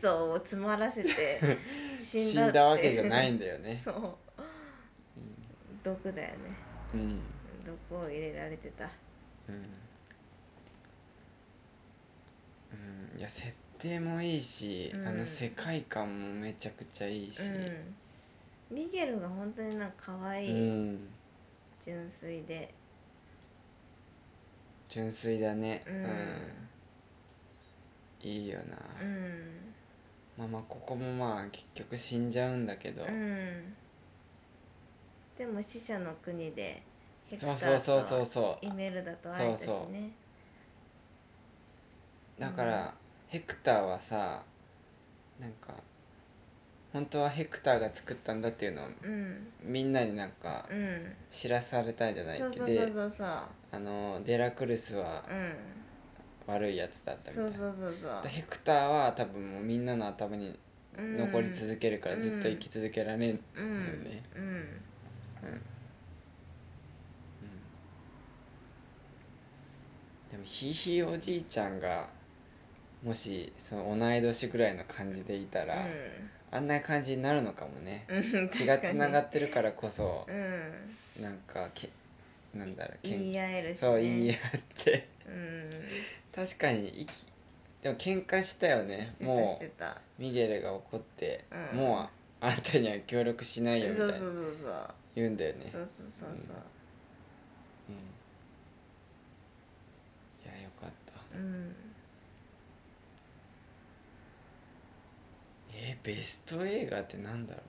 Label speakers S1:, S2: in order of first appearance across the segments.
S1: ソを詰まらせて 死
S2: 死
S1: んだって
S2: んだわけじゃないんだよね
S1: そう毒だよね
S2: うんうん
S1: 毒を入れられてた
S2: うんいや設定もいいし、
S1: うん
S2: あの世界観もめちゃくちゃいいし、
S1: うんミゲルが本当になんか可愛
S2: う
S1: い、
S2: ん
S1: 純粋で
S2: 純粋だね
S1: うん
S2: うんいいよな、
S1: うん
S2: まあまあここもまあ結局死んじゃうんだけど、
S1: うんでも死者の国でヘクタ
S2: そうそうそう
S1: ー
S2: そう
S1: と
S2: そう
S1: イメルダと会えたし
S2: そうそう
S1: ね
S2: だから、
S1: うん
S2: ヘクターはさなんか本当はヘクターが作ったんだっていうのを
S1: うん
S2: みんなになんか
S1: うん
S2: 知らされたんじゃない
S1: そう
S2: け
S1: そう
S2: どで
S1: そうそうそう
S2: あのデラクルスは
S1: うん
S2: 悪いやつだったみた
S1: そ
S2: いうな
S1: そうそうそう
S2: でヘクターは多分もうみんなの頭に
S1: うん
S2: 残り続けるから
S1: うん
S2: ずっと生き続けられる
S1: う
S2: よ
S1: ん
S2: ね
S1: うん
S2: うん、うんでもひいひいおじいちゃんがもしその同い年ぐらいの感じでいたら、あんな感じになるのかもね、
S1: うん
S2: 血がつなが
S1: っ
S2: ってるからこそ
S1: う、ん
S2: なんかけなんだろうけん
S1: 言い合えるし、ね、
S2: そう言い合
S1: え
S2: って
S1: うん
S2: 確かにいきでも喧嘩したよね
S1: してたし
S2: も
S1: てた
S2: うミゲルが怒って、
S1: うん
S2: もうあんたには協力しない
S1: そ
S2: よ
S1: う
S2: み
S1: そ
S2: た
S1: う
S2: い
S1: そう
S2: な言うんだよね
S1: そうそうそうそうそう
S2: うんいやよかった
S1: うん
S2: えーベスト映画ってなんだろ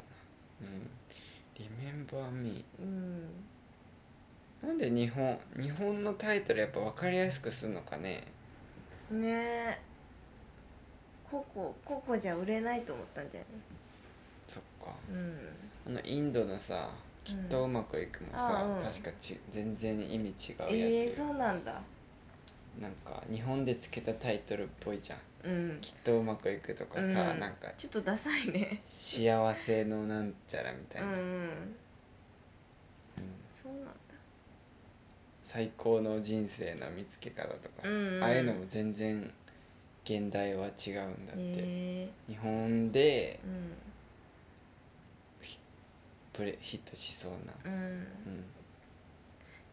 S2: うなうん「リメンバー・ミ
S1: うん
S2: ー」なんで日本日本のタイトルやっぱ分かりやすくするのかね
S1: ねえココココじゃ売れないと思ったんじゃ
S2: そっか
S1: ないうん
S2: あのインドのさきっとうまくいくもさ、
S1: うんあうん
S2: 確かち全然意味違う
S1: え
S2: や
S1: ー、
S2: つ、
S1: そうなんだ
S2: なんか日本でつけたタイトルっぽいじゃん
S1: うん
S2: きっとうまくいくとかさ、
S1: うん
S2: なんか
S1: ちょっとダサいね
S2: 幸せのなんちゃらみたい
S1: うん
S2: な、うん
S1: うんそうなんだ
S2: 最高の人生の見つけ方とかさ、
S1: うんうん
S2: ああいうのも全然現代は違うんだって、
S1: え
S2: 日本で
S1: ー、うん
S2: プレヒットしそうな、
S1: う
S2: うんん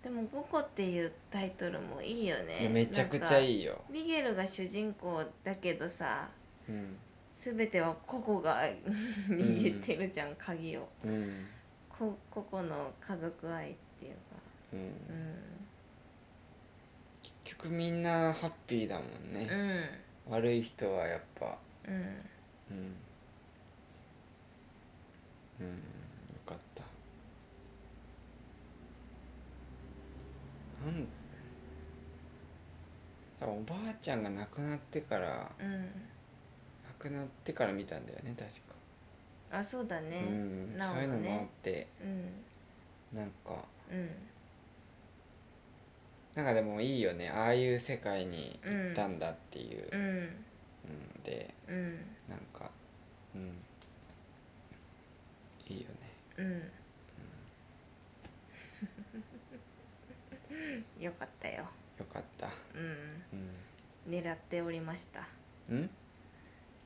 S1: でも「ゴコ」っていうタイトルもいいよ
S2: い
S1: ね
S2: やめちゃくちゃ
S1: い
S2: いいよ、
S1: ミゲルが主人公だけどさ
S2: うん
S1: 全てはココが握ってるじゃん、鍵を
S2: うん
S1: こココの家族愛っていうか
S2: うん
S1: うん
S2: 結局みんなハッピーだもん
S1: う
S2: ね、
S1: ん
S2: 悪い人はやっぱ
S1: うん
S2: うんうんよかったなん多分おばあちゃんが亡くなってから
S1: うん
S2: 亡くなってから見たんだよね確か、
S1: あそうだね
S2: うん
S1: なお
S2: そういうのもあっ
S1: ね
S2: て
S1: うん
S2: なんか
S1: うん
S2: なんかでもいいよねああいう世界に行ったんだっていう、
S1: う
S2: うん
S1: ん
S2: で
S1: うん
S2: なんかうんいいよね
S1: うんよかったよ
S2: よかった
S1: うん
S2: う
S1: 狙っておりました
S2: んうん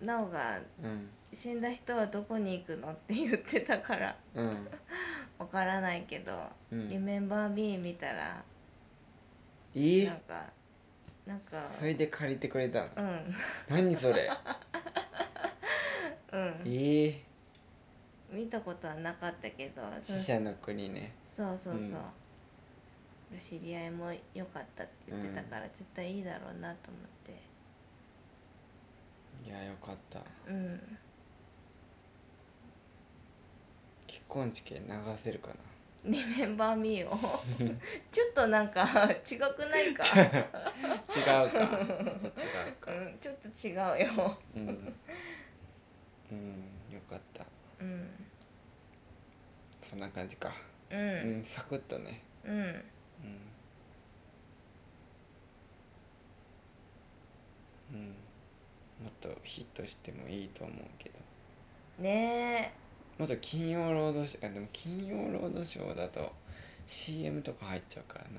S1: なおが
S2: うん
S1: 死んだ人はどこに行くのって言ってたから
S2: うん
S1: わからないけど「
S2: う
S1: リ
S2: ん
S1: メンバー・ミー」見たら
S2: いい
S1: なんかなんか
S2: それで借りてくれたの
S1: うん
S2: 何そ れ
S1: うん
S2: いい
S1: 見たことはなかったけどその
S2: 死者の国ね
S1: そうそうそう、
S2: う
S1: 知り合いも良かったって言ってたから絶対いいだろうなと思って
S2: いやよかった
S1: うん
S2: 結婚式で流せるかな
S1: 「リメンバー・ミー」を ちょっとなんか違くない か、
S2: 違うかちょっと違う
S1: う
S2: か
S1: ん、ちょっと違うよ
S2: うん、うん、よかった
S1: うん
S2: そんな感じか
S1: う
S2: うんんサクッとね
S1: うん
S2: うん、うん、もっとヒットしてもいいと思うけど
S1: ね
S2: もっと金曜ロードショーあでも金曜ロードショーだと CM とか入っちゃうからな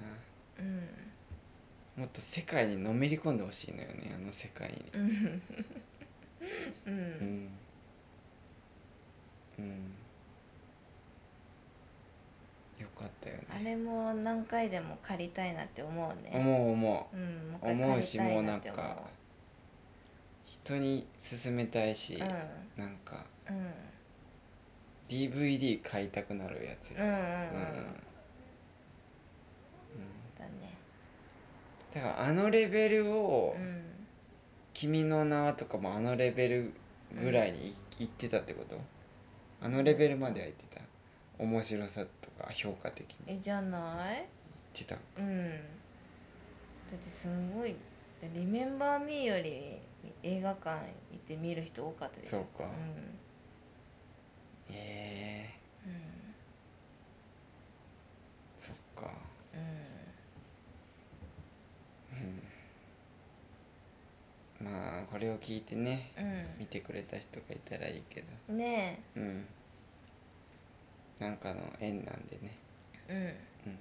S1: えうん
S2: もっと世界にのめり込んでほしいのよねあの世界に
S1: うんう
S2: うん
S1: んれも何回でも借りたいなって思うね
S2: 思う思
S1: う、ん、もう一
S2: う、
S1: 回
S2: 思う
S1: 借り
S2: したも
S1: いうな
S2: なん
S1: って思う
S2: か人に勧めたいし、
S1: うん
S2: なんか
S1: うん
S2: DVD 買いたくなるやつ
S1: うんうんうん
S2: うん
S1: だね
S2: だからあのレベルを「
S1: うん
S2: 君の名は」とかもあのレベルぐらいにい行ってたってことあのレベルまでは行ってた面白さとか評価的に行っ
S1: えじゃない
S2: てた
S1: うんだってすんごい「リメンバー・ミー」より映画館行って見る人多かったでしょ
S2: そうか
S1: ん
S2: ええ
S1: うん
S2: そっか
S1: うん
S2: うんまあこれを聞いてね見
S1: う
S2: てくれた人がいたらいいけど
S1: んね
S2: うんなんかの縁なんでね
S1: え
S2: うん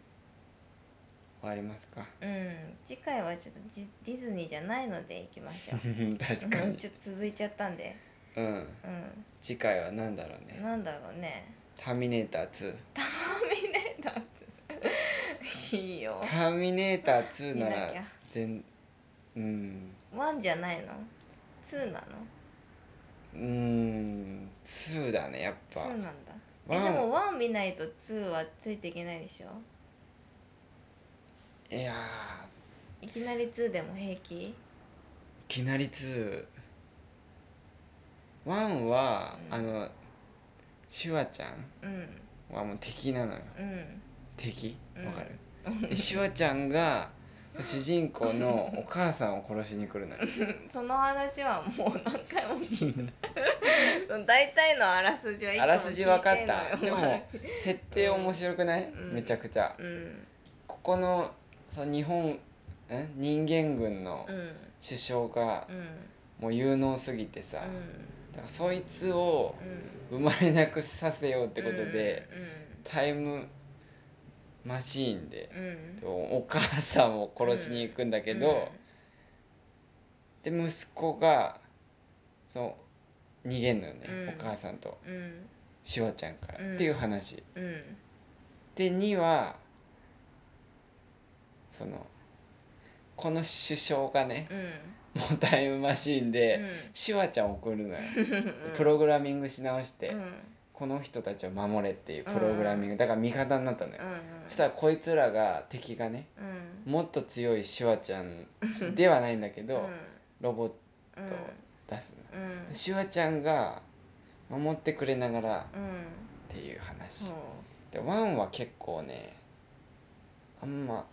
S2: 終わりますか
S1: うんうん次回はちょっとジディズニーじゃないので行きましょう
S2: 確かに
S1: ちょっと続いちゃったんで
S2: うん
S1: うん
S2: 次回は何だろうね
S1: なんだろうね
S2: 「ターミネーター
S1: え
S2: 2」
S1: だっていい
S2: 「
S1: よ
S2: ターミネーター2」な
S1: 見なき
S2: ら
S1: ゃ
S2: 全うん
S1: ワンじゃないのツーなの
S2: うーん2だねやっ
S1: ツ
S2: ぱ
S1: ーなんだ
S2: ワ
S1: え
S2: ン
S1: でもワン見ないとツーはついていけないでしょ
S2: いや
S1: いきなり2でも平気
S2: ーいきなり2 1は、
S1: うん
S2: あのシュワちゃん
S1: うん
S2: はもう敵なのよ
S1: うん
S2: 敵
S1: うん
S2: わかる、でシュワちゃんが主人公のお母さんを殺しに来 るのよ
S1: その話はもう何回も聞いたその大体のあらすじはいつも
S2: あらすじ分かっ
S1: 聞い
S2: た
S1: てん
S2: で
S1: のよ
S2: も設定面白くない、
S1: うん
S2: めちゃくちゃ
S1: うん
S2: ここのその日本ん人間軍の
S1: うん
S2: 首相が
S1: うん
S2: もう有能すぎてさ、
S1: う
S2: だからそいつを
S1: んうん
S2: 生まれなくさせようってことで、
S1: う
S2: タイムマシーンで
S1: んうん
S2: お母さんを殺しに行くんだけど、で息子がその逃げんのよね、
S1: うん
S2: お母さんと
S1: うんうん
S2: しわちゃんから、
S1: うん
S2: っていう話
S1: うん
S2: で2はそのこの首相がね、
S1: うん
S2: もうタイムマシーンで、
S1: うん
S2: しわちゃんを送るのよプログラミングし直して、
S1: うん
S2: この人たちを守れっていうプログラミング、だから味方になったのよ、
S1: うん
S2: そしたらこいつらが敵がね
S1: うん
S2: もっと強いシュワちゃんではないんだけど、
S1: うん
S2: ロボット
S1: う
S2: を
S1: ん
S2: 出すの、
S1: うん
S2: シュワちゃんが守ってくれながら
S1: うん
S2: っていう話、
S1: そう
S2: でワンは結構ねあんま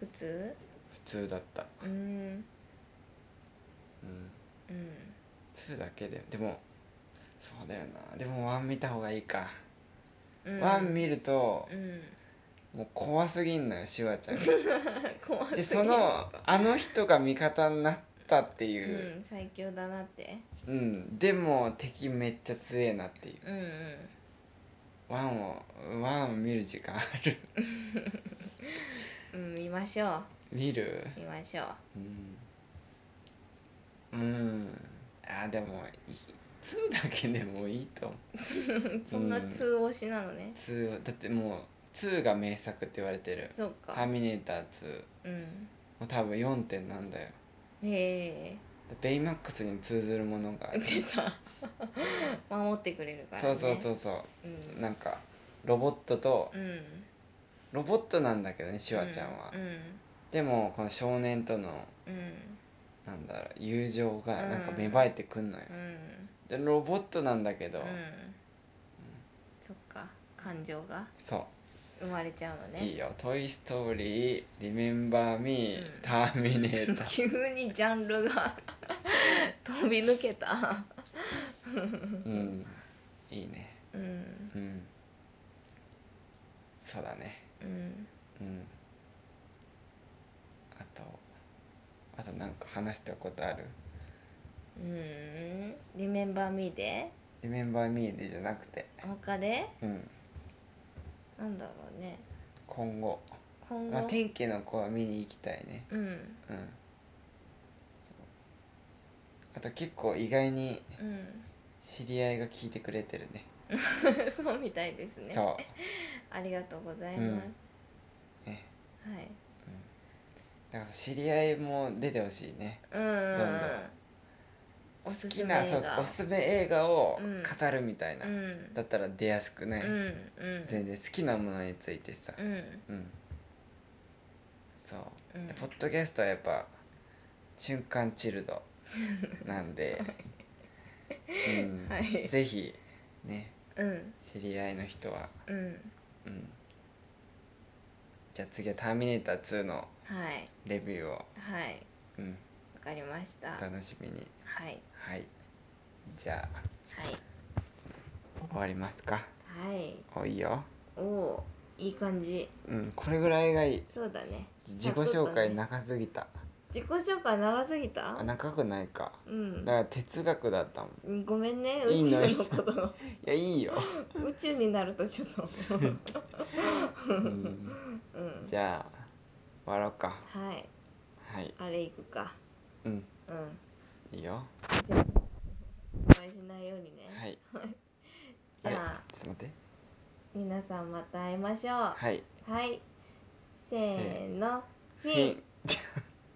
S1: 普通
S2: 普通だった
S1: うん
S2: うん
S1: うん
S2: 2だけででもそうだよなでもワン見た方がいいか、
S1: うん
S2: ワン見ると
S1: う、ん
S2: もう怖すぎんのよシュワちゃんが
S1: 怖すぎ
S2: で
S1: る
S2: そのあの人が味方になったって
S1: う
S2: いう、
S1: ん最強だなって
S2: うんでも敵めっちゃ強えなっていう
S1: うんうん
S2: ワンをワンを見る時間ある
S1: う ん見ましょ
S2: 見る
S1: う見ましょう
S2: うんうんあでもいい2だけでもいいと思う
S1: そんな
S2: うん
S1: 通推しなのね、
S2: 2はだってもう2が名作って言われてる
S1: そう
S2: 「ター
S1: か
S2: ミネーター2」
S1: うん
S2: もう多分 4. 点なんだよ
S1: へえ
S2: ベイマックスに通ずるものがある
S1: 出た 守ってくれるから、
S2: そ
S1: ね、
S2: うそうそうそううんなんかロボットと
S1: うん
S2: ロボットなんだけどねシュワちゃんは、
S1: うん
S2: でもこの少年との
S1: うん
S2: なんだろう友情がなんか
S1: うん
S2: 芽生えてくんのよ
S1: うん、うん
S2: でロボットなんだけど、
S1: うんそっか感情が
S2: そ
S1: 生まれちゃうの
S2: う、
S1: ね
S2: いいよ「トイ・ストーリー」「リメンバー・ミー
S1: う」ん
S2: ターミネー ター」
S1: 急にジャンル が飛び抜けた
S2: うんいいね
S1: うん
S2: うんそうだね
S1: うん
S2: うんあとあとなんか話したことある
S1: うんリメンバーミーで
S2: 「リメンバー・ミー」でじゃなくて
S1: 他で
S2: うん
S1: なんだろうね
S2: 今後
S1: 今
S2: まあ、
S1: 後
S2: 天気の子は見に行きたいね
S1: うん
S2: うんそうあと結構意外に
S1: うん
S2: 知り合いが聞いてくれてるね
S1: そうみたいですね
S2: そ
S1: ありがとうございます、はい
S2: だから知り合いも出てほしいね
S1: うんうん
S2: ど
S1: うんん
S2: どん
S1: おすす
S2: 好き
S1: め
S2: な
S1: 映
S2: そう
S1: 画
S2: おすすめ映画を
S1: うん
S2: 語るみたいな、
S1: うん
S2: だったら出やすくない、
S1: うんうん
S2: 全然好きなものについてさ
S1: うん
S2: うん、そ
S1: う
S2: う、
S1: ん
S2: でポッドキャストはやっぱ瞬間チルドな んで、うん
S1: はい
S2: ぜひね
S1: うん
S2: 知り合いの人は
S1: うん
S2: うんじゃあ次は「ターミネーター2」の
S1: はい
S2: レビューを、
S1: はい
S2: うん、
S1: わかりました
S2: お
S1: はい
S2: 楽しみに
S1: はい
S2: はいじゃあ終わりますか
S1: はい
S2: おいよ
S1: おおーいい感じ
S2: うんこれぐらいがいい
S1: そうだね
S2: 自己紹介
S1: な
S2: 長すぎた、
S1: 自己紹介長すぎた
S2: あ長くないか
S1: うん
S2: だから哲学だったもん
S1: うんごめんね
S2: いい
S1: 宇
S2: の
S1: 宙のこと
S2: いやいいよ、
S1: 宇宙になるとちょっと
S2: うん
S1: うん
S2: じゃあ終わろうか
S1: はい
S2: はい
S1: あれ行くか
S2: うん
S1: うん
S2: いいよ
S1: じゃあ失敗しないようにね、
S2: はい
S1: じゃあ、
S2: れちょっと待って
S1: 皆さんまた会いましょう
S2: はい
S1: はい、せーのフィン
S2: フィン